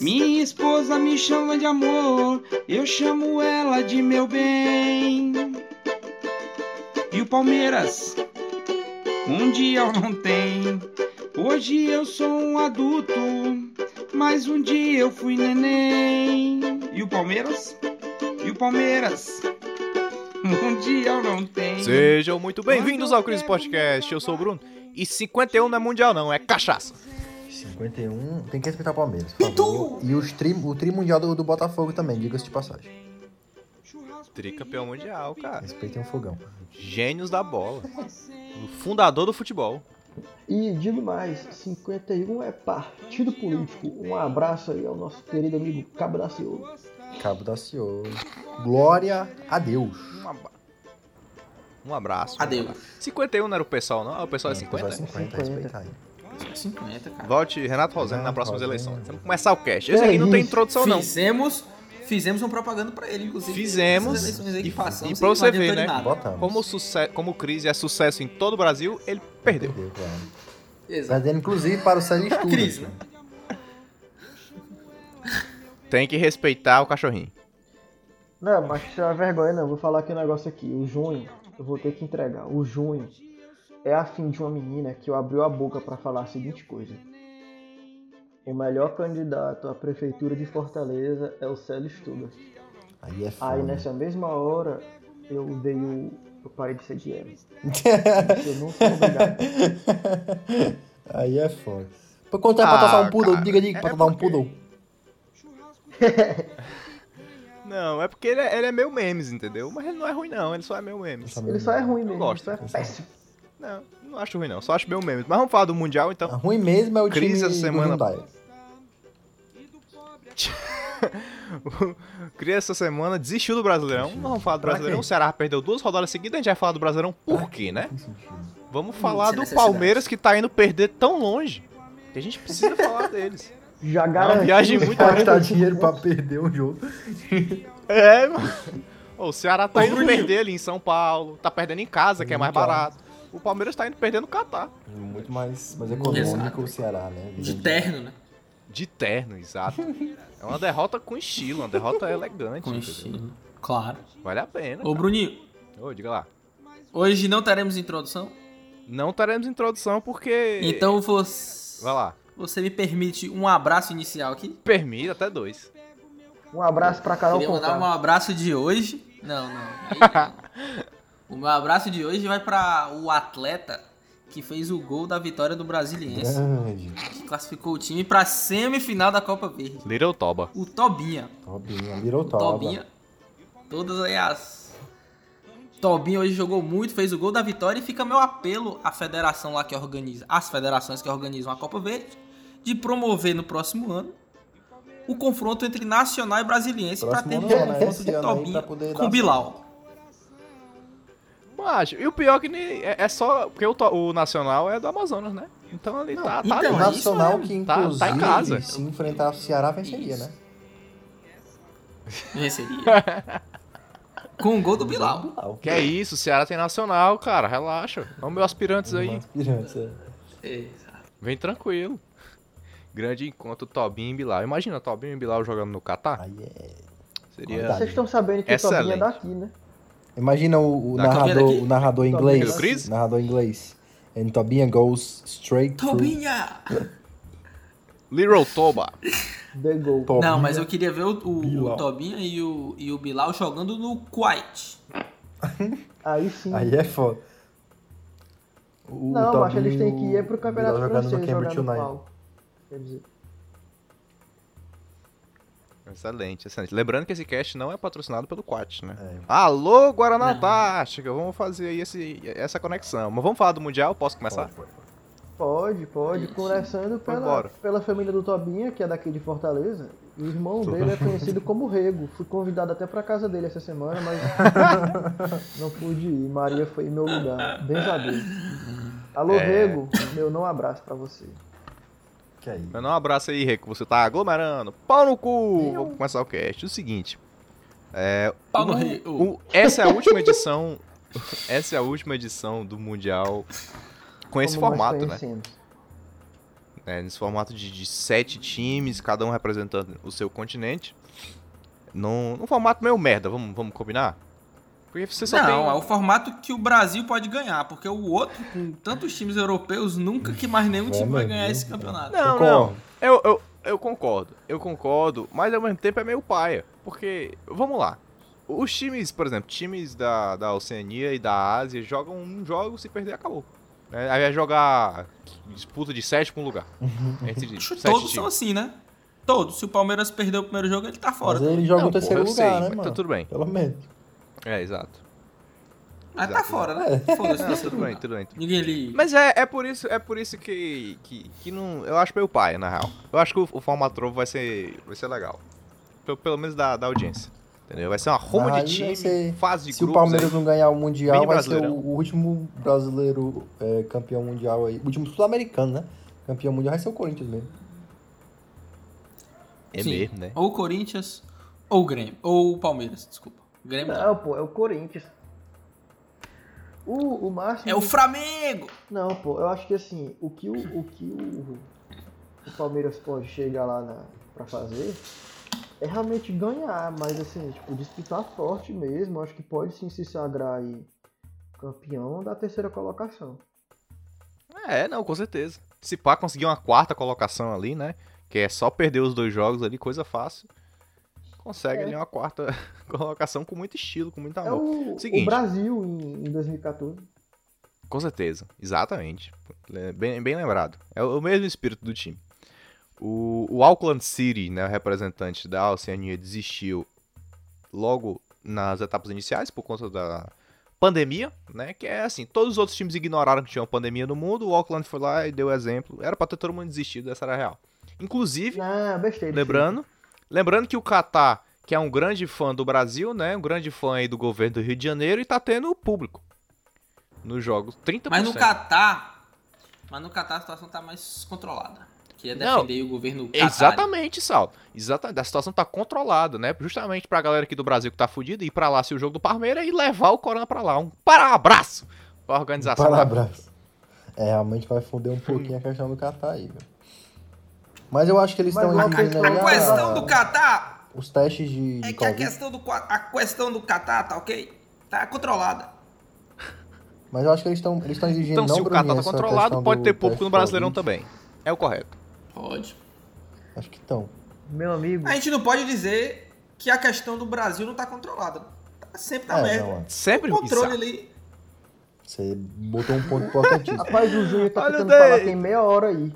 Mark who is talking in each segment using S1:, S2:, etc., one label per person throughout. S1: Minha esposa me chama de amor, eu chamo ela de meu bem. E o Palmeiras? Um dia eu não tem. Hoje eu sou um adulto, mas um dia eu fui neném. E o Palmeiras? E o Palmeiras? Um dia eu não tem.
S2: Sejam muito bem-vindos ao Cris Podcast, eu sou o Bruno. E 51 não é mundial não, é cachaça.
S3: 51. Tem que respeitar o Palmeiras. por
S4: Então!
S3: favor. E os tri, o tri mundial do, do Botafogo também, diga-se de passagem.
S2: Tricampeão mundial, cara.
S3: Respeitem o fogão.
S2: Gênios da bola. O fundador do futebol.
S4: E digo mais, 51 é partido político. Um abraço aí ao nosso querido amigo Cabo da Ciolo.
S3: Cabo da Ciolo. Glória a Deus.
S2: Um, aba- um abraço.
S5: Adeus.
S2: 51 não era o pessoal, não? Ah, O pessoal é 50?
S3: Pessoal, 50, respeita aí.
S5: 50, assim, cara.
S2: Volte Renato Rosendo na
S3: Renato
S2: próximas
S3: Rosendo.
S2: eleições. Vamos começar o cast.
S4: É
S2: Esse aqui não tem
S4: isso.
S2: introdução, não.
S5: Fizemos, fizemos uma propaganda pra ele, inclusive.
S2: Fizemos.
S5: Essas eleições aí que
S2: E-
S5: passamos,
S2: e pra
S5: ele
S2: você
S5: não
S2: ver,
S5: adiantou em
S2: né?
S5: nada.
S3: Botamos.
S2: Como, suce- como o Cris é sucesso em todo o Brasil, ele perdeu.
S3: Perdeu, claro.
S5: Exato.
S3: Perdendo, inclusive, para o Célio Estudo.
S5: Cris, né?
S2: Tem que respeitar o cachorrinho.
S4: Não, mas isso é uma vergonha, não. Vou falar aqui um negócio aqui. O junho, eu vou ter que entregar. O junho é afim de uma menina que eu abriu a boca pra falar a seguinte coisa. O melhor candidato à prefeitura de Fortaleza é o Célio Stuba.
S3: Aí é
S4: Aí né,
S3: foda.
S4: nessa mesma hora eu dei o. Eu parei de ser de ela. Eu não sou um obrigado.
S3: Aí é foda. Pra quanto é pra tocar
S2: Ah,
S3: um poodle?
S2: cara,
S3: Diga, diga,
S2: é
S3: pra tocar um
S2: porque-
S3: poodle.
S2: Não, é porque ele é, ele é meu memes, entendeu? Mas ele não é ruim, não. Ele só é meu
S3: Tá
S2: memes.
S4: Ele só é ruim mesmo.
S2: gosto.
S4: Só é péssimo.
S2: Não, não acho ruim, não. Só acho meu memes. Mas vamos falar do Mundial, então.
S3: A Ruim mesmo é o
S2: Cris,
S3: time
S2: essa semana-
S3: do Hyundai.
S2: Cria essa semana, desistiu do Brasileirão. Não vamos falar do Brasileirão. O Ceará perdeu duas rodadas seguidas. A gente vai falar do Brasileirão por quê, né?
S3: Tem sentido.
S2: Vamos falar
S5: sem
S2: do
S5: Hum, é necessidade.
S2: Palmeiras que tá indo perder tão longe. Que a gente precisa falar deles.
S4: Já
S2: É uma
S4: garantiu.
S2: viagem muito.
S3: Gastar dinheiro pra perder um jogo.
S2: É, mano. Ô, O Ceará tá indo perder ali em São Paulo. Tá perdendo em casa, que é mais
S3: Muito
S2: barato. O Palmeiras tá indo perder no Catar.
S3: Muito mais, mais econômico
S5: Exato.
S3: o Ceará, né?
S5: De terno, né?
S2: De terno, exato. É uma derrota com estilo, uma derrota elegante.
S5: Com
S2: entendeu?
S5: estilo. Claro.
S2: Vale a pena.
S5: Ô, Bruninho,
S2: Ô, diga lá.
S5: hoje não teremos introdução?
S2: Não teremos introdução porque.
S5: Então você...
S2: É. Vai lá.
S5: Você me permite um abraço inicial aqui?
S2: Permite até dois.
S4: Um abraço pra Carol
S5: Queria mandar
S4: Conká.
S5: um abraço de hoje. Não, não. Aí não. o meu abraço de hoje vai pra o atleta que fez o gol da vitória do Brasiliense,
S3: Grande.
S5: que classificou o time pra semifinal da Copa Verde.
S2: Little Toba.
S5: O Tobinha.
S3: Tobinha, virou
S5: O
S3: toba.
S5: Tobinha. Todas aí as. Tobinha hoje jogou muito, fez o gol da vitória e fica meu apelo à federação lá que organiza, as federações que organizam a Copa Verde, de promover no próximo ano o confronto entre Nacional e Brasiliense para
S3: Próximo
S5: ter um
S3: ano, né?
S5: confronto
S3: Esse
S5: de
S3: ano aí pra
S5: Tobinha
S3: poder dar
S5: com Bilal.
S2: Macho, e o pior que nem- é, é só. Porque o, to- o Nacional é do Amazonas, né? Então ali tá. tá
S5: então,
S3: O
S2: ali.
S5: é isso
S3: Nacional
S5: mesmo.
S3: que,
S2: Tá- tá
S3: inclusive,
S2: em casa.
S3: se enfrentar o Ceará, venceria, né?
S5: Venceria. com o gol do Bilal.
S3: Bilal.
S2: Que é isso, o Ceará tem Nacional, cara. Relaxa. Vamos, meus aspirantes aí.
S3: Mas, piranhas, é.
S2: Vem tranquilo. Grande encontro Tobinho e Bilal. Imagina Tobinho e Bilal jogando no Catar.
S3: Aí é-
S2: Seria.
S3: Verdade.
S4: Vocês estão sabendo que o Tobinha é
S2: Excelente.
S4: daqui, né?
S3: Imagina o, o
S2: Dá a
S5: câmera
S3: narrador,
S5: aqui.
S3: o
S2: Tá
S3: narrador
S2: Do Chris?
S3: inglês. narrador inglês. And Tobinha goes straight through.
S5: Tobinha!
S2: Little Toba.
S4: The Gol.
S3: Tobinha.
S5: Não, mas eu queria ver o, o,
S3: Bilal.
S5: o Tobinha e o, e o Bilal jogando no Kuwait.
S4: Aí sim.
S3: Aí é foda. O
S4: não, mas
S3: Tobinho-
S4: eles têm que ir pro campeonato
S3: Bilal
S4: francês
S3: jogando no
S4: jogar
S3: Cambridge
S4: no
S3: United.
S4: pau. Quer dizer,
S2: Excelente, excelente. Lembrando que esse cast não é patrocinado pelo Quat, né?
S3: É.
S2: Alô, Guaraná
S5: Não.
S2: Antártica, vamos fazer aí esse, essa conexão. Mas vamos falar do Mundial? Posso começar?
S4: Pode, pode. Começando pela,
S2: Vambora.
S4: pela família do Tobinha, que é daqui de Fortaleza. O irmão dele é conhecido como Rego. Fui convidado até pra casa dele essa semana, mas não pude ir. Maria foi em meu lugar. Bem a Deus. Alô, Rego. Meu não abraço pra você.
S3: Que é aí.
S2: Mas não um abraço aí, Reco, você tá aglomerando. Pau no cu! Vamos começar o cast. O seguinte.
S5: Pau no
S2: o-
S5: Rio. Ô,
S2: o- essa é a última edição. essa é a última edição do Mundial com esse
S4: Como nós
S2: formato, né?
S4: conhecemos.
S2: né, nesse formato de, de sete times, cada um representando o seu continente. Num, num formato meio merda, vamos, vamos combinar? Porque você só
S5: não,
S2: tem...
S5: é o formato que o Brasil pode ganhar, porque o outro, com tantos times europeus, nunca que mais nenhum time vai ganhar esse campeonato.
S2: né? Não,
S3: Concordo.
S2: não. Eu, eu, eu concordo, eu concordo, mas ao mesmo tempo é meio paia. Porque, vamos lá. Os times, por exemplo, times da, da Oceania e da Ásia jogam um jogo, se perder, acabou. É, aí vai jogar disputa de sétimo lugar. Entre
S5: Acho que
S2: sete
S5: todos
S2: times.
S5: são assim, né? Todos. Se o Palmeiras perder o primeiro jogo, ele tá fora.
S3: Mas ele joga
S2: Não,
S3: o terceiro
S2: porra, eu
S3: lugar,
S2: sei,
S3: né,
S2: mas
S3: mano?
S2: tá tudo bem.
S3: Pelo menos.
S2: É, exato.
S5: Mas tá
S2: Exato.
S5: fora, né? Foda-se,
S2: Não,
S5: tá
S2: tudo bem, tudo bem. tudo bem.
S5: Ninguém liga.
S2: Mas é, é por isso, é por isso que, que, que não, eu acho meio paia, na real. Eu acho que o, o formato novo vai ser, vai ser legal. Pelo, pelo menos da, da audiência. Entendeu? Vai ser uma
S3: Mas
S2: roma
S3: aí
S2: de time,
S3: vai ser-
S2: fase de né?
S3: Se o
S2: grupos.
S3: Palmeiras
S2: aí.
S3: não ganhar o Mundial,
S2: Mini
S3: vai ser o,
S2: Brasileirão.
S3: o último brasileiro é, campeão mundial aí. O último sul-americano, né? Campeão mundial vai ser o Corinthians mesmo.
S2: É
S5: Sim.
S2: mesmo, né?
S5: Ou o Corinthians, ou o Grêmio. Ou o Palmeiras, desculpa. O Grêmio não.
S4: Não, pô, é o Corinthians. O, o máximo.
S5: É o Flamengo!
S4: Não, pô, eu acho que assim, o que o, o, que o, o Palmeiras pode chegar lá na, pra fazer é realmente ganhar, mas assim, tipo, disputar forte mesmo, acho que pode sim se sagrar aí campeão da terceira colocação.
S2: É, não, com certeza. Se pá conseguir uma quarta colocação ali, né? Que é só perder os dois jogos ali, coisa fácil. Consegue
S4: É.
S2: ali uma quarta colocação com muito estilo, com muito
S4: É
S3: um
S2: amor.
S4: o,
S2: Seguinte.
S4: o Brasil em, em 2014.
S2: Com certeza, exatamente. É, Bem, bem lembrado. É o o mesmo espírito do time. O, o Auckland City, né, o representante da Oceania, desistiu logo nas etapas iniciais por conta da pandemia, né? Que é assim, todos os outros times ignoraram que tinha uma pandemia no mundo, o Auckland foi lá e deu exemplo. Era pra ter todo mundo desistido, essa era a real. Inclusive,
S4: Ah, besteira.
S2: Lembrando, lembrando que o Catar, que é um grande fã do Brasil, né? Um grande fã aí do governo do Rio de Janeiro e tá tendo público nos jogos. 30%.
S5: Mas no Catar. Mas no Catar a situação tá mais controlada. Queria
S2: Não.
S5: defender o governo Catar. né?
S2: Exatamente, Sal. Exatamente. A situação tá controlada, né? Justamente pra galera aqui do Brasil que tá fudida ir pra lá se o jogo do Palmeiras e levar o Corona pra lá. Um para-abraço pra
S3: Um
S2: organização. da-
S3: Parabéns. É, realmente vai foder um pouquinho a questão do Catar aí, velho. Mas eu acho que eles
S4: Mas
S3: estão
S4: a-
S3: reduzindo
S4: a
S3: aí
S5: A questão do Catar
S3: os testes de, de
S5: é que a
S3: Covid.
S5: questão do qua- a questão do Catar tá ok? Tá controlada.
S3: Mas eu acho que eles estão eles tão exigindo
S2: Então,
S3: não
S2: se o
S3: Bruninho,
S2: Catar tá
S3: essa
S2: controlado,
S3: questão
S2: pode
S3: do
S2: ter público
S3: teste
S2: no Brasileirão
S3: Covid.
S2: também. É o correto.
S5: Pode.
S3: Acho que estão.
S4: Meu amigo,
S5: A gente não pode dizer que a questão do Brasil não tá controlada. Tá sempre na
S3: É,
S5: merda.
S3: não, é.
S2: Sempre
S5: o controle
S2: Sal.
S5: ali.
S3: Você botou um ponto importantíssimo.
S4: rapaz, o Júnior tá
S2: Olha o
S4: tentando falar
S2: David.
S4: tem meia hora aí.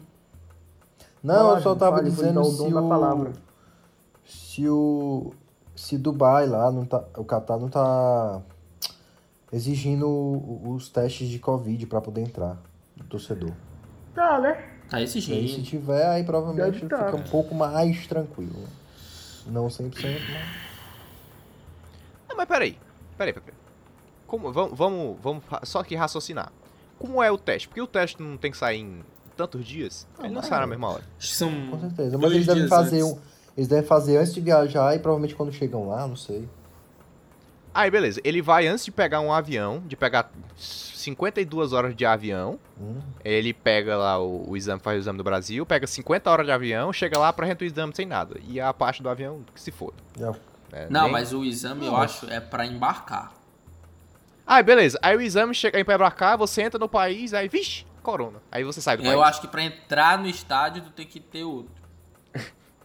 S3: Não, eu
S4: Fala,
S3: só
S4: Júnior,
S3: tava
S4: fale, vou lhe
S3: dizendo
S4: dar
S3: se
S4: o dom da palavra.
S3: o, se o. Se Dubai lá não tá. O Catar não tá exigindo o- os testes de Covid pra poder entrar do torcedor.
S4: Tá, né?
S5: Tá esse
S2: É
S3: E aí, se tiver, aí provavelmente
S4: Deve tá.
S3: fica um pouco mais tranquilo. Não 100%, mas.
S2: Não, Ah, mas peraí. Peraí, peraí. Como, vamos, vamos, vamos ra- só que raciocinar. Como é o teste? Porque o teste não tem que sair em tantos dias.
S5: Ah,
S2: Ele não
S3: mas-
S5: é.
S2: sai na mesma hora.
S5: Acho que são
S3: Com certeza. Mas
S5: Hum. dois
S3: eles devem
S5: dias
S3: fazer
S5: antes.
S3: um. Eles devem fazer antes de viajar e provavelmente quando chegam lá, não sei.
S2: Aí, beleza. Ele vai antes de pegar um avião, de pegar 52 horas de avião.
S3: Hum.
S2: Ele pega lá o, o exame, faz o exame do Brasil, pega 50 horas de avião, chega lá, apresenta o exame sem nada. E a parte do avião, que se foda.
S3: Já-
S2: né?
S5: Não,
S2: Nem-
S5: mas o exame eu acho é pra embarcar.
S2: Aí, beleza. Aí o exame chega aí pra cá, você entra no país, aí, vixe, corona. Aí você sai do país.
S5: Eu acho que pra entrar no estádio tu tem que ter outro.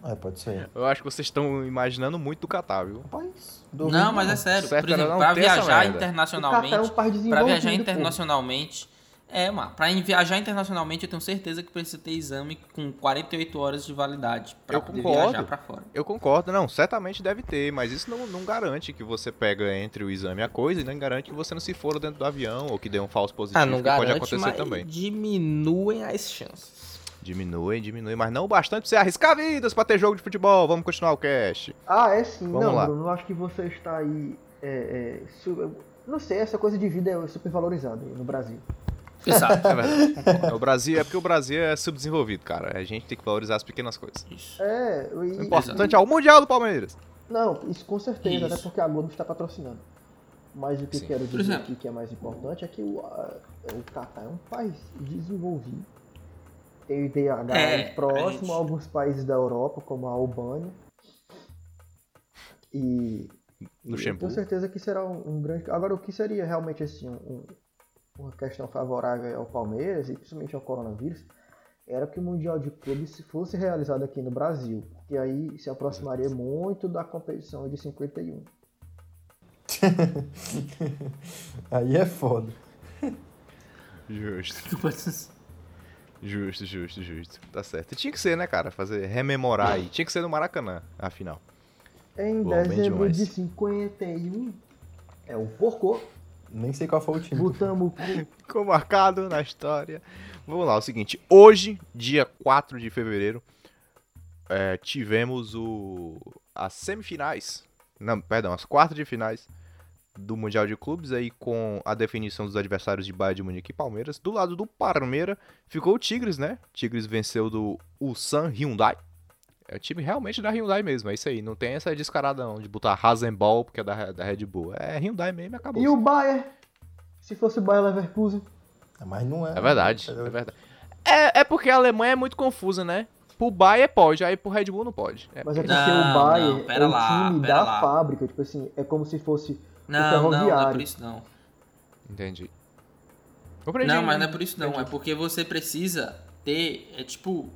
S3: É, pode ser.
S2: Eu acho que vocês estão imaginando muito do Catar, viu?
S3: Rapaz, duvido
S5: Não, mas é sério.
S2: Certo
S5: Por
S2: era
S5: exemplo,
S2: não
S5: pra
S2: ter essa
S5: viajar
S2: merda.
S4: O Catar é um
S5: internacionalmente.
S4: par
S5: Pra
S4: desenvolvido.
S5: viajar
S4: pô.
S5: internacionalmente. É, mano. Pra em- viajar internacionalmente, eu tenho certeza que precisa ter exame com 48 horas de validade. Pra
S2: Eu
S5: poder
S2: concordo.
S5: viajar pra fora.
S2: Eu concordo, não, certamente deve ter, mas isso não, não garante que você pega entre o exame e a coisa e não garante que você não se for dentro do avião ou que dê um falso positivo,
S5: Ah,
S2: que pode acontecer também.
S5: diminuem as chances.
S2: Diminui, diminui, mas não o bastante pra você arriscar vidas pra ter jogo de futebol. Vamos continuar o cast.
S4: Ah, é sim.
S2: Vamos
S4: não,
S2: lá.
S4: Bruno, eu acho que você está aí. é, é, su- Não sei, essa coisa de vida é super valorizada aí no Brasil.
S5: Exato.
S2: É verdade. o Brasil é porque o Brasil é subdesenvolvido, cara. A gente tem que valorizar as pequenas coisas.
S5: Isso.
S4: É, e-
S2: O importante é o Mundial do Palmeiras.
S4: Não, isso com certeza,
S5: Isso.
S4: até porque a Globo está patrocinando. Mas o que
S2: Sim.
S4: eu quero
S5: Por
S4: dizer
S5: exemplo.
S4: aqui que é mais importante é que o, a- o Catar é um país desenvolvido tem o IDH
S5: É,
S4: mais próximo,
S5: gente-
S4: alguns países da Europa, como a Albânia. E eu tenho
S2: Luxemburgo.
S4: certeza que será um, um grande. Agora, o que seria realmente assim um- uma questão favorável ao Palmeiras e principalmente ao coronavírus era que o Mundial de Clubes fosse realizado aqui no Brasil, porque aí se aproximaria muito da competição de 51.
S3: Aí é foda.
S2: Justo,
S5: Tipo,
S2: justo, justo, justo. Tá certo. E tinha que ser, né, cara? Fazer, rememorar aí. Tinha que ser no Maracanã, afinal.
S4: Em
S2: Pô, bem
S4: dezembro
S2: demais.
S4: de 51 é o porco.
S3: Nem sei qual foi o time.
S4: Botamos o cu.
S2: Ficou marcado na história. Vamos lá, é o seguinte. Hoje, dia 4 de fevereiro, é, tivemos o, as semifinais. Não, perdão, as quartas de finais do Mundial de Clubes, aí com a definição dos adversários de Bayern de Munique e Palmeiras. Do lado do Palmeira ficou o Tigres, né? Tigres venceu do Ulsan Hyundai. É o time realmente da Hyundai mesmo, é isso aí. Não tem essa descarada não, de botar Hasenball porque é da, da Red Bull. É Hyundai mesmo e acabou.
S4: E o Bayern? Se fosse o Bayern Leverkusen,
S3: Mas não é.
S2: É verdade, é verdade. É, é porque a Alemanha é muito confusa, né? Pro Bayern pode, aí pro Red Bull não pode. É
S4: mas é
S2: porque-
S4: porque
S5: Não,
S4: o Bayern
S5: não, pera
S4: é o
S5: lá,
S4: time
S5: pera
S4: da
S5: lá.
S4: fábrica, tipo assim, é como se fosse
S5: não, não, não é por
S4: ferroviário.
S5: isso não.
S2: Entendi. Compreendi.
S5: Não, mas não é por isso não. É porque você precisa ter, é tipo,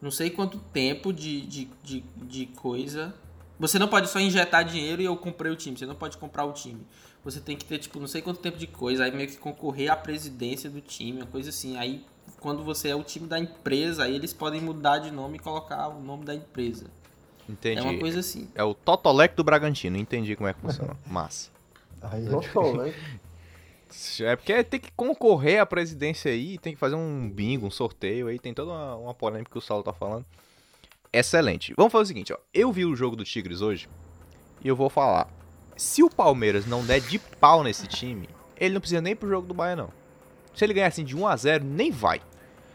S5: não sei quanto tempo de, de, de, de coisa. Você não pode só injetar dinheiro e eu comprei o time. Você não pode comprar o time. Você tem que ter, tipo, não sei quanto tempo de coisa. Aí meio que concorrer à presidência do time, uma coisa assim. Aí quando você é o time da empresa, aí eles podem mudar de nome e colocar o nome da empresa.
S2: Entendi.
S5: É uma coisa assim.
S2: É o Totolec do Bragantino, entendi como é que funciona. Massa.
S3: Aí é
S4: Gostou, né?
S2: É porque tem que concorrer à presidência aí, tem que fazer um bingo, um sorteio aí, tem toda uma, uma polêmica que o Saulo tá falando. Excelente. Vamos fazer o seguinte, ó. Eu vi o jogo do Tigres hoje e eu vou falar. Se o Palmeiras não der de pau nesse time, ele não precisa nem pro jogo do Bahia, não. Se ele ganhar assim de 1 a 0 nem vai.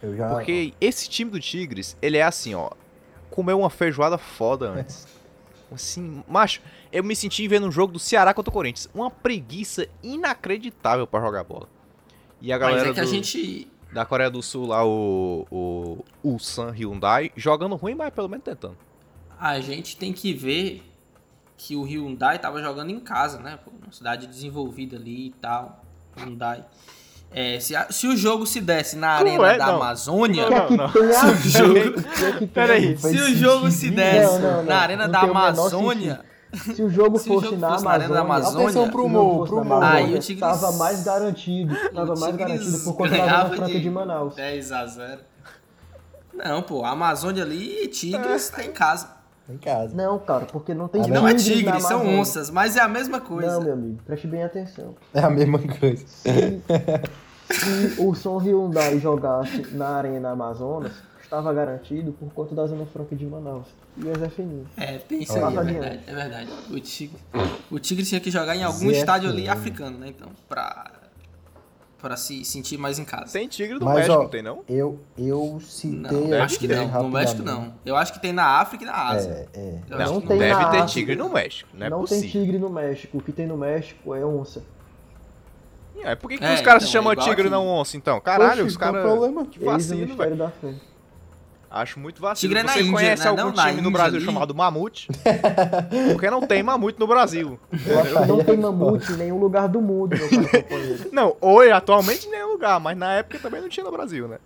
S3: Eu já.
S2: Porque esse time do Tigres, ele é assim, ó. Comeu uma feijoada foda antes. Assim, macho, eu me senti vendo um jogo do Ceará contra o Corinthians. Uma preguiça inacreditável pra jogar bola. E a
S5: Mas
S2: galera
S5: é que a
S2: do-
S5: gente.
S2: da Coreia do Sul lá, o, o Ulsan Hyundai, jogando ruim, mas pelo menos tentando.
S5: A gente tem que ver que o Hyundai tava jogando em casa, né? Pô, Uma cidade desenvolvida ali e tal. Hyundai. É, se, a- se o jogo se desse na
S2: Não
S5: arena
S2: é,
S5: da
S2: não.
S5: Amazônia.
S4: O que é que
S2: não.
S4: tem a
S5: Se o
S4: ver?
S5: jogo-
S4: O que é que tem
S2: Peraí.
S4: a ver?
S3: Faz
S5: Se o
S3: sentido
S5: jogo se
S3: nenhum.
S5: desse
S4: Não, não, não.
S5: na arena
S4: Não
S5: da
S4: tem o menor
S5: Amazônia,
S4: Se o jogo
S5: Se o jogo
S4: fosse na
S5: fosse na Arena da
S4: Amazônia,
S5: Amazônia,
S3: Atenção pro
S4: se o jogo
S3: Mo,
S4: fosse
S3: pro
S4: na
S3: Mo.
S4: Amazônia,
S5: Aí o Tigres-
S4: tava mais garantido, tava mais
S5: Tigres
S4: garantido por conta da
S5: ganhava
S4: Zona Franca
S5: de-
S4: de Manaus.
S5: 10 a 0 Não, pô, a Amazônia ali e
S4: É.
S5: Tigres tá em casa.
S3: Em casa.
S4: Não, cara, porque não tem
S3: Ah,
S5: Não é
S4: tigres na
S5: Tigres, são
S4: Amazônia.
S5: onças, mas é a mesma coisa.
S4: Não, meu amigo, preste bem atenção.
S3: É a mesma coisa.
S4: Se, se o Som Hyundai jogasse na Arena Amazonas, estava garantido por conta da Zona Franca de Manaus. E as FNI.
S5: É, tem isso
S3: Olha
S5: aí, é
S4: aí.
S5: verdade, é verdade. O Tigre, o Tigre tinha que jogar em algum
S3: Zé
S5: estádio ali
S3: Fernando.
S5: africano, né? Então, pra, pra se sentir mais em casa.
S2: Tem Tigre do
S3: Mas,
S2: México,
S3: ó,
S2: não tem não?
S3: Eu, eu citei.
S5: Não, acho que
S3: aqui né,
S5: não. No México
S3: rapidamente.
S5: não. Eu acho que tem na África e na Ásia.
S3: É, é.
S5: Eu acho
S2: Não,
S5: que
S4: tem
S2: deve
S4: na
S2: ter
S4: África.
S2: Tigre no México. Não é
S4: não tem
S2: possível.
S4: tigre no México. O que tem no México é onça.
S2: É, por que, que
S5: É,
S2: os caras se
S5: então, é
S2: chamam
S5: igual
S2: Tigre e
S5: aqui.
S2: não Onça, então? Caralho,
S3: Oxi,
S2: os
S3: qual é o
S2: caras...
S3: problema?
S2: Que
S4: Eis o
S2: vacilo, velho.
S4: mistério da fé.
S2: Acho muito vacilo.
S5: Tigre é na
S2: Você
S5: Índia,
S2: conhece
S5: né?
S2: algum
S5: Não, na
S2: time no
S5: Índia
S2: Brasil
S5: ali.
S2: chamado Mamute? Porque não tem Mamute no Brasil.
S3: Eu acho que
S4: Não
S3: aí
S4: tem
S3: é
S4: mamute em nenhum lugar do mundo, meu
S2: É
S4: caro companheiro.
S2: Não, hoje, atualmente, em nenhum lugar, mas na época também não tinha no Brasil, né?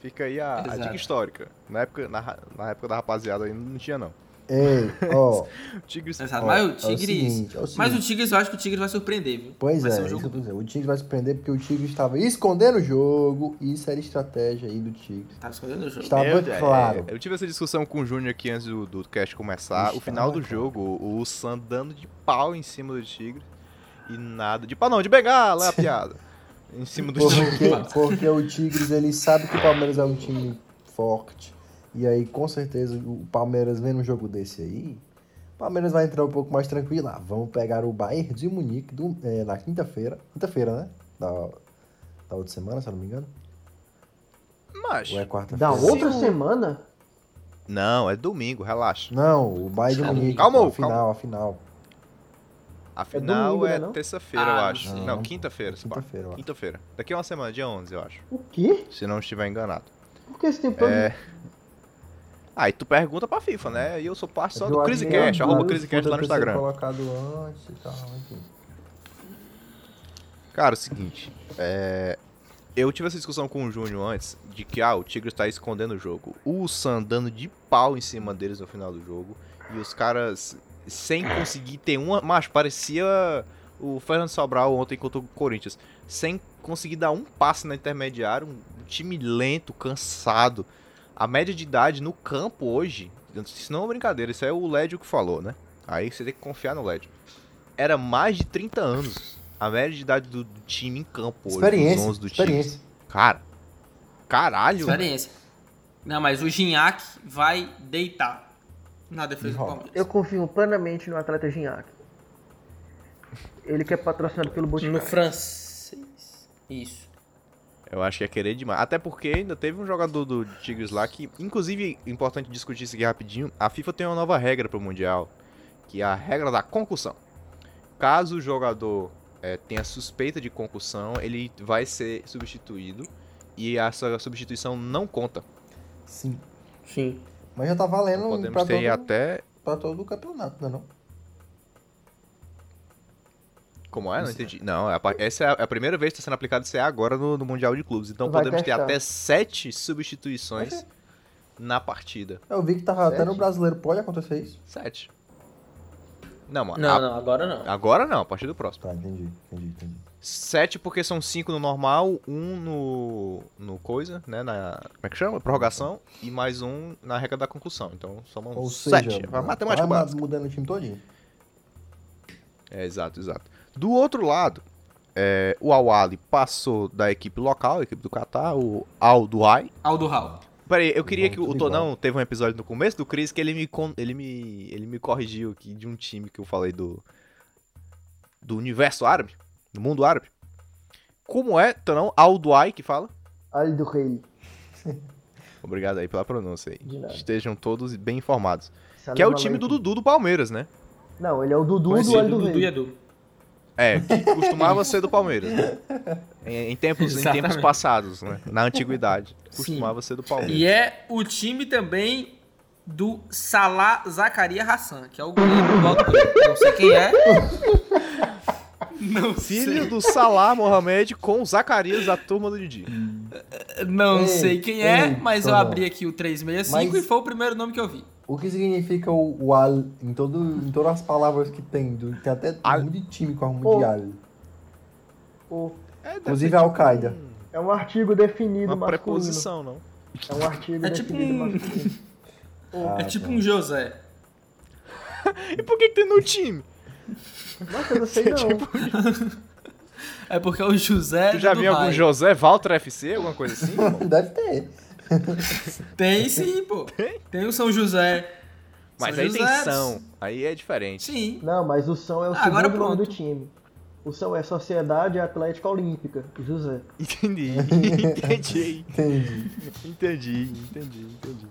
S2: Fica aí a, a
S5: Exato.
S2: dica histórica. Na época, na, ra- na época da rapaziada aí não tinha, não.
S3: Ei, ó.
S2: Tigre.
S5: Exato.
S3: ó,
S5: Mas
S3: é
S5: o
S3: o
S5: Tigres.
S3: seguinte, é o seguinte.
S5: Mas o Tigres, eu acho que o Tigres vai surpreender, viu?
S3: Pois
S5: vai
S3: é,
S5: ser um
S3: isso
S5: jogo
S3: que eu tô dizendo. o Tigres vai se prender porque o Tigres estava escondendo o jogo, e isso era estratégia aí do Tigres.
S5: Tá escolhendo o jogo.
S3: Estava
S2: Eu,
S3: claro.
S2: é, eu tive essa discussão com o Júnior aqui antes do, do cast começar.
S3: Estava
S2: o final do
S3: claro.
S2: jogo, o, o Sam dando de pau em cima do Tigre. E nada. De pau não, de bengala, é a piada. Em cima do
S3: Porque,
S2: Tigre.
S3: porque o Tigres ele sabe que o Palmeiras é um time forte. E aí, com certeza, o Palmeiras vendo um jogo desse aí, o Palmeiras vai entrar um pouco mais tranquilo. Ah, vamos pegar o Bayern de Munique do- é, na quinta-feira. Quinta-feira, né? Da, da outra semana, se eu não me engano.
S2: Mas.
S3: Ou é quarta-feira?
S4: Da outra
S2: Sim.
S4: semana?
S2: Não, é domingo, relaxa.
S3: Não, o Bayern de
S2: Calma,
S3: Munique.
S2: calma,
S3: pô, a
S2: calma.
S3: final, a final.
S2: Afinal
S4: domingo,
S2: é,
S4: né, não?
S2: terça-feira,
S5: Ah,
S2: eu
S5: não
S2: acho.
S5: sei.
S2: Não,
S3: Não,
S2: quinta-feira, se pá.
S3: Quinta-feira, eu acho.
S2: Quinta-feira. Daqui a uma semana, dia 11, eu acho.
S4: O quê?
S2: Se não estiver enganado.
S4: Por que esse tempo todo?
S2: É. Aí tu pergunta pra FIFA, né? E eu sou parte só
S3: Eu
S2: do
S3: acho
S2: Crazy
S3: que é
S2: Cash,
S3: eu-
S2: arroba
S3: eu
S2: Crazy Cash
S3: podia
S2: lá no
S3: ter sido
S2: Instagram.
S3: colocado antes e tal, enfim.
S2: Cara, é o seguinte, é, eu tive essa discussão com o Júnior antes de que ah, o Tigres tá escondendo o jogo. O San dando de pau em cima deles no final do jogo e os caras sem conseguir ter uma, mas parecia o Fernando Sobral ontem contra o Corinthians, sem conseguir dar um passe na intermediária, um time lento, cansado. A média de idade no campo hoje, isso não é uma brincadeira, isso é o Lédio que falou, né? Aí você tem que confiar no Lédio. Era mais de 30 anos. A média de idade do, do time em campo hoje, dos
S3: Experiência,
S2: 11 do time.
S3: experiência.
S2: Cara, caralho.
S5: Experiência. Não, mas o Gignac vai deitar na defesa do
S3: Enrola.
S5: Palmeiras.
S4: Eu confio plenamente no atleta Gignac. Ele que é patrocinado pelo
S5: No
S4: Boticário.
S5: francês. Isso.
S2: Eu acho que é querer demais. Até porque ainda teve um jogador do Tigres lá que, inclusive, é importante discutir isso aqui rapidinho. A FIFA tem uma nova regra pro Mundial, que é a regra da concussão. Caso o jogador eh, tenha suspeita de concussão, ele vai ser substituído e a sua substituição não conta.
S3: Sim.
S5: Sim.
S3: Mas já tá
S4: É
S3: valendo
S2: Então
S4: um
S3: pra
S2: podemos
S3: todo,
S2: ter até.
S3: pra todo o campeonato, não é não?
S2: Como é? Não entendi. Não, é a pa- essa é a- é a primeira vez que está sendo aplicado isso é agora no, no Mundial de Clubes. Então
S4: Vai
S2: podemos ter
S4: testar.
S2: até sete substituições na partida.
S3: É, Eu vi que tava até no brasileiro, pode acontecer isso?
S2: Sete. Não, mano.
S5: Não,
S2: a-
S5: não, agora não.
S2: Agora não, a partir do próximo.
S3: Tá, entendi, entendi, entendi.
S2: Sete porque são cinco no normal, um no. no coisa, né? Na. Como é que chama? Prorrogação. E mais um na regra da conclusão. Então somam
S3: Ou
S2: sete.
S3: seja,
S2: é matemática
S3: vai
S2: básica.
S3: mudando o time todinho.
S2: É, exato, exato. Do outro lado, é, o Awali passou da equipe local, a equipe do Catar, o Al Duhai.
S5: Aldo Raul.
S2: Peraí, eu queria
S3: Bom,
S2: que o
S3: tudo
S2: Tonão teve um episódio no começo do Cris que ele me, con- ele me, ele me corrigiu aqui de um time que eu falei do do universo árabe, do mundo árabe. Como é, Tonão? Alduai que fala?
S4: Ali do Rei.
S2: Obrigado aí pela pronúncia aí.
S4: De nada. Tá
S2: Estejam todos bem informados. Que é o time do
S4: Dudu.
S2: Dudu do Palmeiras, né?
S4: Não, ele é o Dudu do
S5: Conhecido
S4: Ali do
S5: Dudu e
S4: Rei.
S5: Edu.
S2: É, que costumava ser do Palmeiras. né? Em, em tempos, em tempos
S5: Exatamente.
S2: passados, né? Na antiguidade, costumava ser do Palmeiras.
S5: E é o time também do Salah Zakaria Hassan, que é o goleiro do Aldo Raul. Não sei quem é. Não
S2: Filho
S5: sei.
S2: do Salah Mohamed com o Zacarias da turma do Didi.
S5: Não
S3: Ei,
S5: sei quem é,
S3: ei,
S5: mas eu
S3: Tom.
S5: abri aqui o 365
S3: Mas-
S5: e foi o primeiro nome que eu vi.
S3: O que significa o, o al em, todo, em todas as palavras que tem? do- tem até
S2: Al-
S3: muito de time com
S4: Oh.
S3: o de al.
S4: Pô,
S2: É,
S3: Inclusive a Al-Qaeda.
S4: É um artigo definido
S2: Uma
S4: masculino.
S2: preposição, não.
S4: É um artigo
S5: É tipo
S4: definido
S5: um-
S4: masculino.
S3: Ah,
S5: é tipo
S3: tá.
S5: um José.
S2: E por que, que tem no time?
S4: Nossa, eu não sei não.
S2: tipo-
S5: É porque é o José
S2: Tu já
S5: do
S2: viu algum
S5: Raio.
S2: José Walter FC, alguma coisa assim? irmão?
S3: Deve ter.
S5: Tem sim, pô. Tem, o São José.
S2: Mas
S5: São
S2: aí tem
S5: José-
S2: são. Aí é diferente.
S5: Sim.
S4: Não, mas o São é o segundo
S5: Agora
S4: nome do
S5: pronto.
S4: time. O São é Sociedade Atlética Olímpica, José.
S2: Entendi. Entendi.
S3: Entendi.
S2: Entendi, entendi, entendi.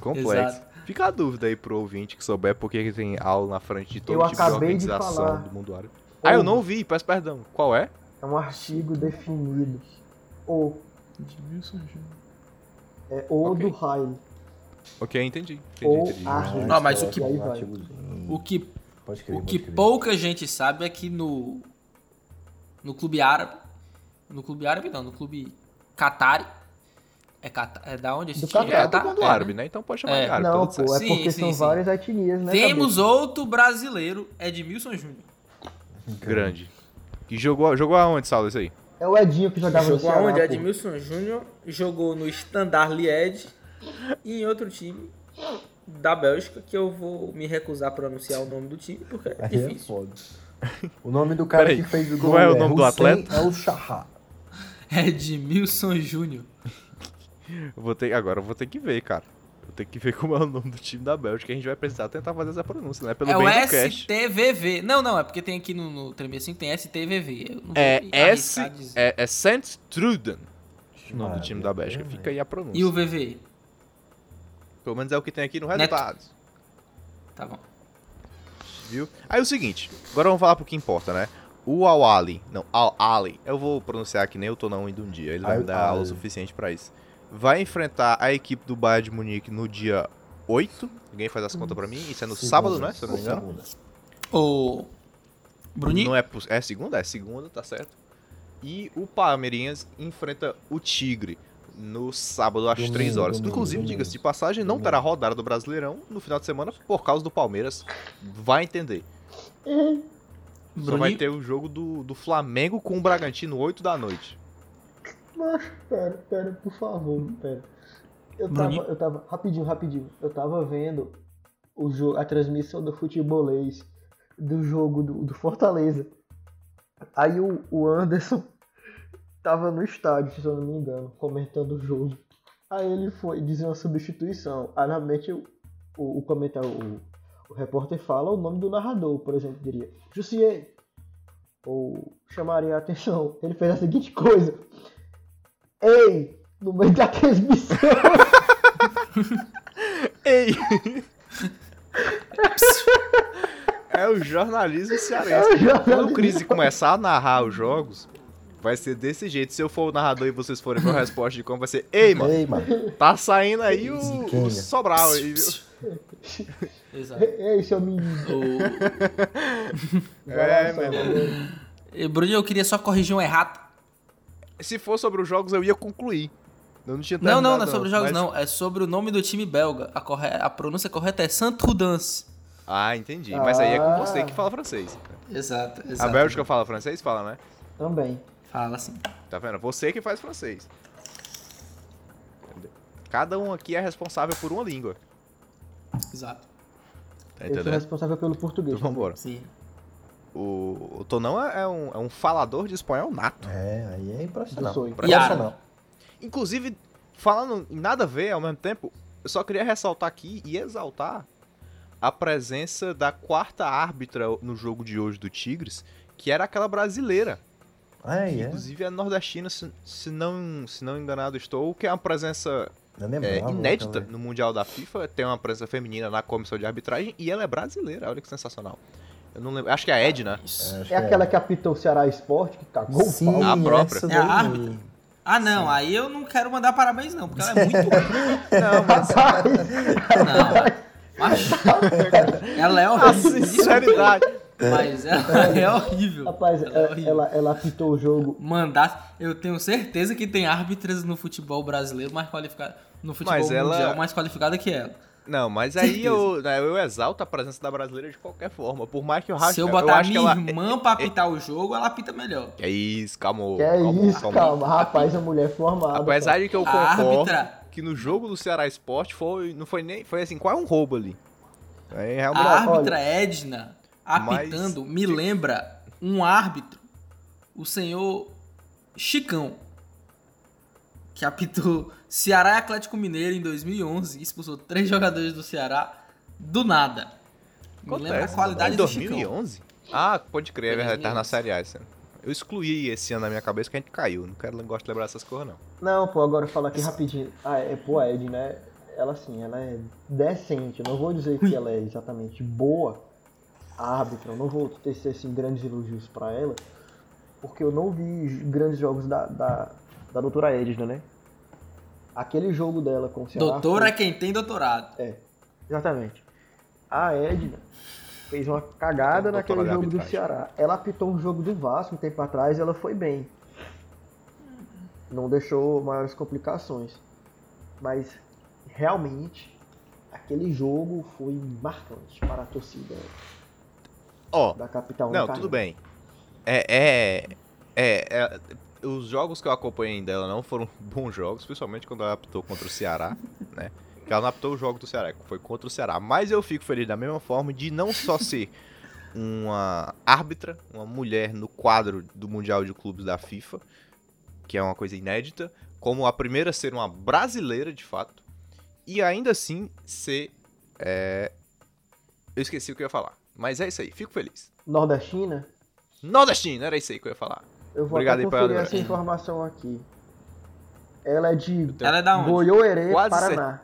S2: Complexo. Fica a dúvida aí pro ouvinte que souber por que que tem aula na frente de todo
S4: Eu
S2: tipo de
S4: acabei de
S2: organização
S4: falar.
S2: do mundo árabe. Ah, eu
S4: Ou-
S2: não vi, peço perdão. Qual é?
S4: É um artigo definido. O. É O
S2: Ok.
S4: do Raio.
S2: Ok, entendi. Entendi,
S4: Ou
S2: entendi.
S4: Arre.
S5: Não, mas o que-
S4: E aí vai.
S2: tipo,
S5: O que,
S3: Pode crer,
S5: o
S3: pode
S5: que
S3: crer.
S5: pouca gente sabe é que no. No clube árabe. No clube árabe não, no clube Qatari. É, Qata- é da onde esse
S4: Do
S5: time?
S2: É do
S5: Qatar?
S2: mundo
S5: É,
S2: árabe, né? Então pode chamar
S5: É.
S2: de árabe. tá
S4: Não,
S2: tudo certo.
S4: pô, é
S5: Sim,
S4: porque
S5: sim,
S4: são
S5: sim.
S4: várias etnias, né?
S5: né?
S2: é
S5: Temos outro brasileiro, Edmilson Júnior.
S2: Grande. Que jogou, jogou aonde, Saulo, isso aí?
S4: cabeça? É o Edinho que jogava no
S5: Jogou
S4: Ceará.
S5: aonde? É
S4: pô.
S5: Edmilson Júnior jogou no Standard Liège e em outro time da Bélgica, que eu vou me recusar a pronunciar o nome do time, porque é
S3: Aí é
S5: difícil.
S3: foda. O nome do cara
S2: Peraí,
S3: que fez o
S2: como
S3: gol
S2: é o nome do
S3: Hussein
S2: atleta?
S3: É o Shahá.
S5: Edmilson Júnior.
S2: Eu Vou ter, agora eu vou ter que ver, cara. Vou ter que ver como é o nome do time da Bélgica. A gente vai precisar tentar fazer essa pronúncia, né? Pelo
S5: é o
S2: bem do cast.
S5: STVV. Não, não, é porque tem aqui no, no 365 tem STVV. Eu não vou
S2: É
S5: me
S2: S.
S5: arriscar a dizer.
S2: É, é St. Truden o nome do
S3: Maravilha,
S2: time da Bélgica. Fica aí a pronúncia.
S5: E o VV?
S2: Pelo menos é o que tem aqui no
S5: Neto.
S2: resultado.
S5: Tá bom.
S2: Viu? Aí é o seguinte, agora vamos falar pro que importa, né? O Al-Ali, não, Al-Ali, eu vou pronunciar que nem eu tô não indo um dia, ele vai me dar
S3: Al-Ali.
S2: aula o suficiente pra isso. vai enfrentar a equipe do Bayern de Munique no dia 8. Ninguém faz as contas pra mim. Isso é no sábado, né? Se eu não me engano.
S3: Segunda.
S5: Ô. Bruninho?
S2: Não é, poss- é segunda? É segunda, tá certo. E o Palmeirinhas enfrenta o Tigre no sábado às
S3: Domingo,
S2: 3 horas.
S3: domingo,
S2: Inclusive,
S3: domingo.
S2: diga-se de passagem, não
S3: Domingo.
S2: terá rodada do Brasileirão no final de semana por causa do Palmeiras. Vai entender. Só
S5: Bruninho?
S2: vai ter o jogo do, do Flamengo com o Bragantino 8 da noite.
S4: Mas, pera, pera, por favor, pera. Eu tava,
S5: Bruninho?
S4: eu tava, rapidinho, rapidinho. Eu tava vendo o jogo, a transmissão do futebolês do jogo do, do Fortaleza. Aí o, o Anderson tava no estádio, se eu não me engano, comentando o jogo. Aí ele foi dizer uma substituição. Aí na mente o, o, o comentário, o, o repórter fala o nome do narrador, por exemplo, diria Jussier. Ou chamaria a atenção. Ele fez a seguinte coisa. Ei! No meio da transmissão.
S2: Ei! é o jornalismo cearense.
S4: eu já-
S2: Quando o Crise começar a narrar os jogos, vai ser desse jeito. Se eu for o narrador e vocês forem meu resposta de como, vai ser: Ei, mano,
S3: Ei, mano.
S2: tá saindo aí o, o
S3: Ziquinha.
S2: Sobral. E-
S5: Exato.
S4: Ei, seu menino.
S5: Ô,
S4: Vai
S2: É,
S4: lá,
S2: meu
S4: seu menino.
S5: e, Bruninho, eu queria só corrigir um errado.
S2: Se for sobre os jogos, eu ia concluir. Eu não tinha
S5: Não, não,
S2: terminado,
S5: não é sobre os jogos,
S2: mas-
S5: não. É sobre o nome do time belga. A, corre... a pronúncia correta é Santrudans.
S2: Ah, entendi. Mas aí é com você que fala francês.
S5: Exato,
S2: A Bélgica fala francês? Fala, né?
S4: Também.
S5: Fala assim.
S2: Tá vendo? Você que faz francês. Entendeu? Cada um aqui é responsável por uma língua.
S5: Exato.
S2: Tá
S4: Eu sou
S2: entendendo?
S4: responsável pelo
S2: Então
S4: português.
S2: vambora.
S5: Sim.
S2: O, o Tonão é é um, é um falador de espanhol nato.
S3: É, aí é
S4: Eu
S3: impressionante.
S4: sou.
S2: Pra-
S5: Yara.
S3: Impressionante.
S2: Inclusive, falando em nada a ver ao mesmo tempo, eu só queria ressaltar aqui e exaltar a presença da quarta árbitra no jogo de hoje do Tigres, que era aquela brasileira.
S3: Ah, é, é.
S2: Inclusive, é nordestina, se, se não, se não enganado estou, que é uma presença
S3: Eu
S2: é,
S3: lembrava,
S2: inédita
S3: aquela-
S2: no Mundial da FIFA. Tem uma presença feminina na comissão de arbitragem e ela é brasileira. Olha que sensacional. Eu não lembro. Acho que é a Edna.
S5: Isso.
S3: acho
S4: É aquela que apitou o Ceará Esporte, que cagou
S3: Sim,
S4: o pau.
S2: a própria.
S3: essa
S5: É a
S3: daí.
S5: árbitra. Ah, não. Aí eu não quero mandar parabéns, não, porque ela é muito ruim.
S2: Não, mas
S5: Não. Mas... Ela é
S2: a
S5: horrível.
S2: sinceridade.
S5: Mas ela é horrível.
S4: Rapaz,
S5: ela é
S4: ela,
S5: horrível.
S4: ela, ela apitou o jogo.
S5: Mandar. Eu tenho certeza que tem árbitras no futebol brasileiro mais qualificado. No futebol
S2: Mas ela-
S5: mundial mais qualificada que ela.
S2: Não, mas aí eu, né, eu exalto a presença da brasileira de qualquer forma. Por mais que eu rache,
S5: Se eu
S2: eu
S5: botar
S2: acho
S5: minha
S2: que ela. é-
S5: irmã pra apitar o jogo, ela apita melhor.
S2: Que é isso, calma.
S4: Que é
S2: calma,
S4: isso, calma. Rapaz, a mulher formada.
S2: Apesar de que eu
S5: A
S2: concordo
S5: árbitra-
S2: que no jogo do Ceará Esporte foi, não foi nem. Foi assim, quase um roubo ali. É, Aí
S5: A
S2: realmente.
S5: árbitra Edna apitando me
S2: Mas-
S5: lembra um árbitro, o senhor Chicão, que apitou Ceará e Atlético Mineiro em 2011 e expulsou três jogadores do Ceará do nada. Me lembra a
S2: Acontece, né,
S5: qualidade
S2: em
S5: do Chicão.
S2: 2011? Ah, pode crer, é verdade, tá na
S5: 2011.
S2: Série A esse ano. Eu excluí esse ano na minha cabeça que a gente caiu. Não quero, não gosto de lembrar essas coisas, não.
S4: Não, pô, agora fala aqui rapidinho. Ah, é, pô, a Ed, né? Ela assim, ela é decente. Eu não vou dizer que ela é exatamente boa árbitra. Eu não vou tecer assim, grandes elogios pra ela. Porque eu não vi j- grandes jogos da, da, da doutora Edna, né? Aquele jogo dela com o Ceará.
S5: Doutor é quem tem doutorado.
S4: foi- É, exatamente. A Edna fez uma
S2: Doutora
S4: cagada naquele
S2: de
S4: jogo do
S2: arbitragem.
S4: Ceará. Ela apitou um jogo do Vasco um tempo atrás e ela foi bem não deixou maiores complicações. Mas realmente aquele jogo foi marcante para a torcida
S2: Ó,
S4: da capital.
S2: não,
S4: natalina.
S2: tudo bem. É, é, é, é- Os jogos que eu acompanhei dela não foram bons jogos, principalmente quando ela apitou contra o Ceará, né? Que ela não apitou o jogo do Ceará, foi contra o Ceará. Mas eu fico feliz da mesma forma de não só ser uma árbitra, uma mulher no quadro do Mundial de Clubes da FIFA, que é uma coisa inédita, como a primeira a ser uma brasileira de fato, e ainda assim ser. é, Eu esqueci o que eu ia falar, mas é isso aí, fico feliz.
S4: Nordestina,
S2: Nordestino, era isso aí que eu ia falar.
S4: eu vou
S2: Obrigado
S4: até
S2: aí pra
S4: conferir
S2: ela,
S4: essa
S5: Breno.
S4: informação aqui. Ela é de
S5: Ela é da onde?
S4: Goiôerê,
S2: Quase
S4: Paraná.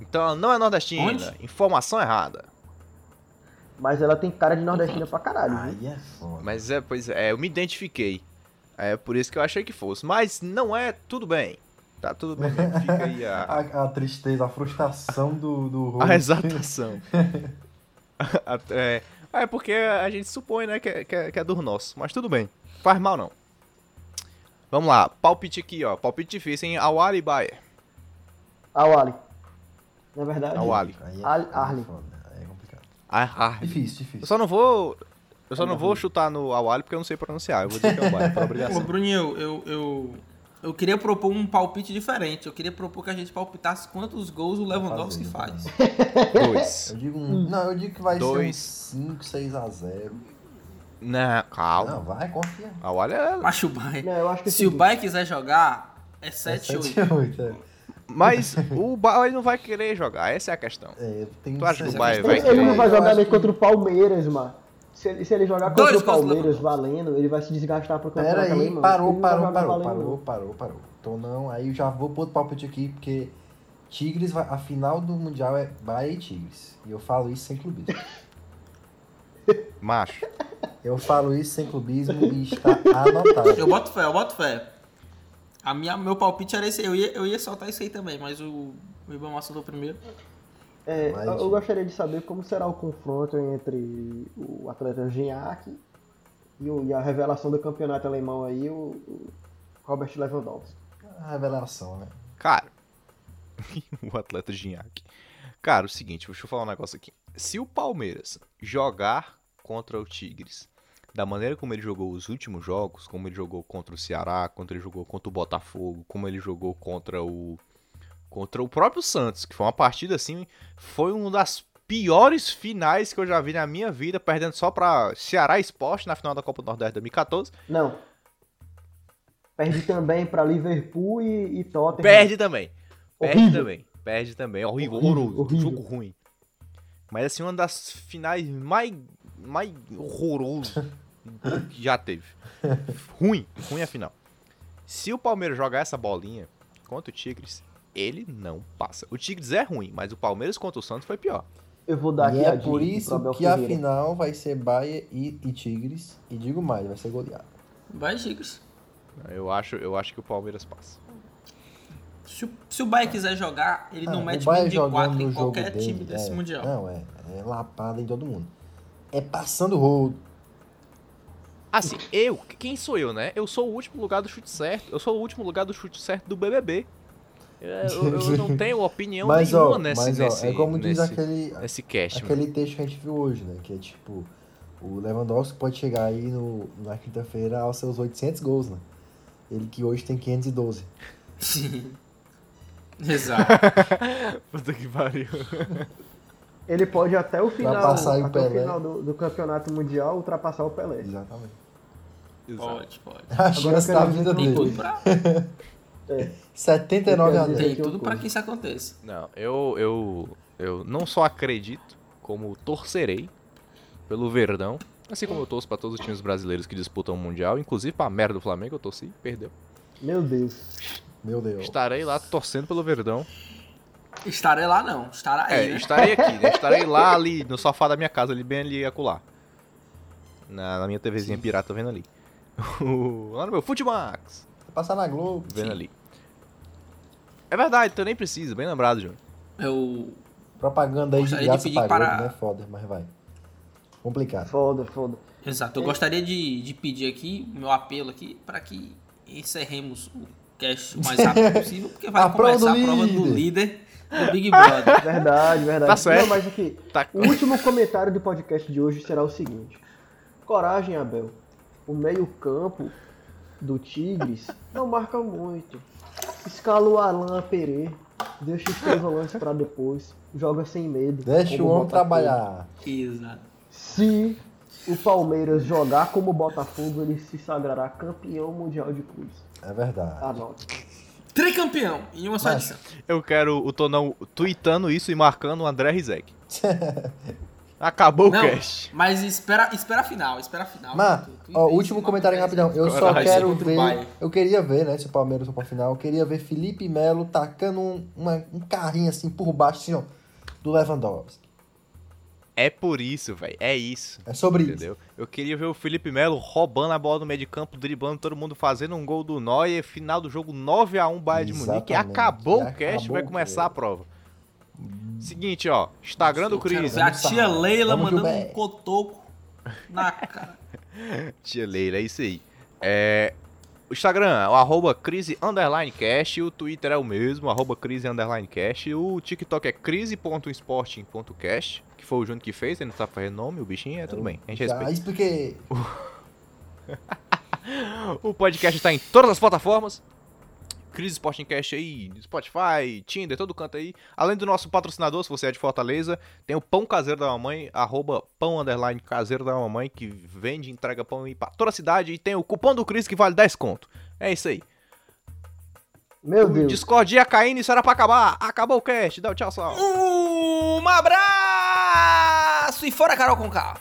S2: Então ela não é nordestina,
S5: Onde?
S2: informação errada.
S4: Mas ela tem cara de nordestina pra caralho, viu?
S3: Aí é foda.
S2: Mas é, pois é, eu me identifiquei. É por isso que eu achei que fosse. Mas não é, tudo bem. Tá tudo bem. Fica aí É a,
S3: A, a tristeza, a frustração do, do Rony.
S2: a exaltação. A- é, é porque a gente supõe, né, que é, que, é, que é dor nosso. Mas tudo bem. Faz mal não. Vamos lá, palpite aqui, ó. Palpite difícil, hein? Awali Bayer.
S4: Ao Ali. Na verdade.
S2: Awali.
S3: Aí é,
S4: Ar-
S3: aí é
S4: Arley.
S3: foda, aí é complicado.
S2: Ahar.
S3: Difícil,
S2: Eu
S3: difícil.
S2: só não vou. Eu só não vou chutar no Awali porque eu não sei pronunciar. Eu vou dizer que é o Bayer, por
S5: Ô,
S2: obrigação.
S5: Bruninho, eu, eu, eu queria propor um palpite diferente. Eu queria propor que a gente palpitasse quantos gols o
S2: Tá
S5: Lewandowski
S3: Fazer,
S5: faz.
S2: né? Dois.
S3: Eu digo um.
S4: Hum.
S3: Não, eu digo que vai
S2: Dois.
S3: ser um 5, 6 a 0.
S2: Não, calma.
S3: Não, vai, confia.
S2: Awali é.
S5: Macho Bay.
S4: Não, eu acho que
S5: Se o
S4: seguinte,
S5: Bay quiser jogar, é
S3: É
S5: 7 ou 8.
S3: 7 a 8. É,
S2: Mas o Bayer não vai querer jogar, essa é a questão.
S3: é, tem
S2: Tu acha que o
S3: certeza.
S2: Bayern
S4: Ele,
S2: vai
S4: ele não vai
S3: Eu
S4: jogar
S3: acho
S4: nem
S3: que-
S4: contra o Palmeiras, mano. Se ele, se ele jogar contra
S5: Dois
S4: o
S5: gols do
S4: Palmeiras valendo, ele vai se desgastar pro campeonato
S3: Pera
S4: também,
S3: aí,
S4: mano.
S3: parou,
S4: Ele não vai
S3: parou,
S4: jogar
S3: parou,
S4: valendo,
S3: parou, parou, parou. Então não, aí eu já vou pro outro palpite aqui, porque Tigres, vai, a final do Mundial é Bahia e Tigres. E eu falo isso sem clubismo.
S2: Macho.
S3: Eu falo isso sem clubismo e está anotado.
S5: Eu boto fé, eu boto fé. A minha, meu palpite era esse. Eu ia, eu ia soltar esse aí também, mas o, o Ibama soltou primeiro.
S4: É,
S3: Mas-
S4: eu, eu gostaria de saber como será o confronto entre o atleta Gignac e, o- e a revelação do campeonato alemão aí, o, o Robert Lewandowski.
S3: A revelação, né?
S2: Cara, o atleta Gignac. Cara, o seguinte, deixa eu falar um negócio aqui. Se o Palmeiras jogar contra o Tigres da maneira como ele jogou os últimos jogos, como ele jogou contra o Ceará, quando ele jogou contra o Botafogo, como ele jogou contra o contra o próprio Santos, que foi uma partida assim, foi uma das piores finais que eu já vi na minha vida, perdendo só pra Ceará Esporte na final da Copa do Nordeste 2014.
S4: Não. Perde também pra Liverpool e, e Tottenham.
S2: Perde também. Perde
S4: Horrível.
S2: também. Perde também. É horrível,
S4: Horrível,
S2: horroroso.
S4: horrível.
S2: Jogo ruim. Mas assim, uma das finais mais, mais horroroso que já teve. Ruim. Ruim a final. Se o Palmeiras jogar essa bolinha contra o Tigres, ele não passa. O Tigres é ruim, mas o Palmeiras contra o Santos foi pior.
S4: Eu vou dar
S3: e
S4: aqui a
S3: é
S4: dica
S3: por
S4: pro
S3: isso
S4: Abel
S3: que a
S4: Ferreira.
S3: final vai ser Bahia e, e Tigres. E digo mais, vai ser goleado.
S5: Vai, Chicos.
S2: Eu acho, eu acho que o Palmeiras passa.
S5: Se, o- se o Bay quiser jogar, ele não
S3: Ah,
S5: mete
S3: o Bahia
S5: menos de
S3: jogando
S5: 4
S3: no
S5: em
S3: jogo
S5: qualquer
S3: dele,
S5: time desse
S3: é,
S5: Mundial.
S3: Não, é, é lapada em todo mundo. É passando o rolo.
S2: Assim, eu, quem sou eu, né? Eu sou o último lugar do chute certo. Eu sou o último lugar do chute certo do BBB. Eu, eu- eu não tenho opinião
S3: Mas,
S2: nenhuma
S3: ó,
S2: nesse,
S3: mas, ó,
S2: nesse,
S3: é como diz
S2: nesse,
S3: aquele,
S2: nesse
S5: É
S2: cast,
S5: tipo
S2: mano.
S3: aquele texto que a gente viu hoje, né? Que é tipo, o Lewandowski pode chegar aí no, na quinta-feira aos seus 800 gols, né? Ele que hoje tem 512.
S5: Sim. Exato.
S2: Puta que pariu.
S4: Ele pode até o final,
S3: passar aí o
S4: até o
S3: Pelé.
S4: final do, do campeonato mundial ultrapassar o Pelé.
S3: Exatamente.
S5: pode, pode.
S3: A chance da
S4: quero ver
S3: vida
S4: como
S5: Tem
S3: dele.
S5: tudo pra,
S4: Eu
S3: 79
S4: quero
S3: a 10.
S5: tem tudo pra que isso aconteça.
S2: Não, eu, eu, eu não só acredito, como torcerei pelo Verdão. Assim como eu torço pra todos os times brasileiros que disputam o Mundial, inclusive pra merda do Flamengo, eu torci, perdeu.
S4: Meu Deus.
S3: Meu Deus.
S2: Estarei lá torcendo pelo Verdão.
S5: Estarei lá, não. Estará aí,
S2: É,
S5: né?
S2: estarei aqui, né? Estarei lá ali no sofá da minha casa, ali bem ali acolá. Na, na minha TVzinha pirata vendo ali. lá no meu Futimax,
S3: Passar na Globo.
S2: vendo ali. É verdade, tu nem precisa, bem lembrado, Júnior.
S5: Eu,
S3: Propaganda aí de
S5: Gostaria de
S3: graça
S5: pedir
S3: pagou,
S5: para-
S3: né? Foda, mas vai. Complicado.
S4: Foda, foda.
S3: É.
S5: Exato, eu gostaria de, de pedir aqui, o meu apelo aqui, para que encerremos o cast o mais rápido possível, porque vai
S3: A prova
S5: começar
S3: do
S5: a prova do líder do Big Brother.
S4: Verdade, verdade.
S2: Tá certo.
S4: Não, mas aqui,
S2: Tá
S4: o último comentário do podcast de hoje será o seguinte. Coragem, Abel. O meio-campo do Tigres não marca muito. Escala o Alain Perê. Deixa os três volantes pra depois. Joga sem medo.
S3: Deixa
S4: como
S3: o homem
S4: Botafogo.
S3: trabalhar.
S5: Exato.
S4: Se o Palmeiras jogar como o Botafogo, ele se sagrará campeão mundial de clubes.
S3: É verdade.
S4: Anota.
S5: Tricampeão em uma só
S3: Mas-
S5: edição.
S2: Eu quero o Tonão tweetando isso e marcando o André Rizek.
S4: Ah.
S2: Acabou
S5: Não.
S2: o cast.
S5: Mas espera, espera a final, espera a final. Tu-
S3: Mas,
S5: tu
S3: ó,
S5: entende
S3: último
S5: como
S3: comentário
S5: acontece.
S3: rapidão. Eu só
S5: Coragem
S3: quero
S5: contra o
S3: ver.
S5: Bayern.
S3: Eu queria ver, né? Se o Palmeiras for pra final. Eu queria ver Felipe Melo tacando um, uma- um carrinho assim por baixo, assim, ó. Do Lewandowski.
S2: É por isso, velho. É isso.
S3: É sobre isso.
S2: Entendeu? Eu queria ver o Felipe Melo roubando a bola no meio de campo, driblando todo mundo, fazendo um gol do Neuer, final do jogo 9x1 Bayern de Munique.
S3: Exatamente.
S2: Acabou o
S3: Acabou
S2: cast,
S3: o
S2: vai começar a prova. Seguinte, ó, Instagram do
S5: Eu quero
S2: Cris.
S5: ver a
S3: Vamos
S5: tia
S3: sarrar.
S5: Leila
S3: Vamos,
S5: mandando um
S3: Gilberto.
S5: cotoco na cara.
S2: Tia Leila, é isso aí. É, o Instagram é o arroba crise underline cash, o Twitter é o mesmo, arroba crise underline cash, o TikTok é crise.sporting.cast, que foi o Júnior que fez, ele não sabe fazer nome, o bichinho, é tudo bem, a gente respeita.
S3: Já expliquei.
S2: O podcast tá em todas as plataformas. Crise Sportingcast aí, Spotify, Tinder, todo canto aí. Além do nosso patrocinador, se você é de Fortaleza, tem o Pão Caseiro da Mamãe, arroba pão underline caseiro da mamãe, que vende e entrega pão aí pra toda a cidade. E tem o cupom do Cris que vale 10 conto. É isso aí.
S4: Meu Deus.
S2: Discordia caindo, isso era pra acabar. Acabou o cast, dá o tchau, sal.
S5: Um abraço e fora Carol Conká.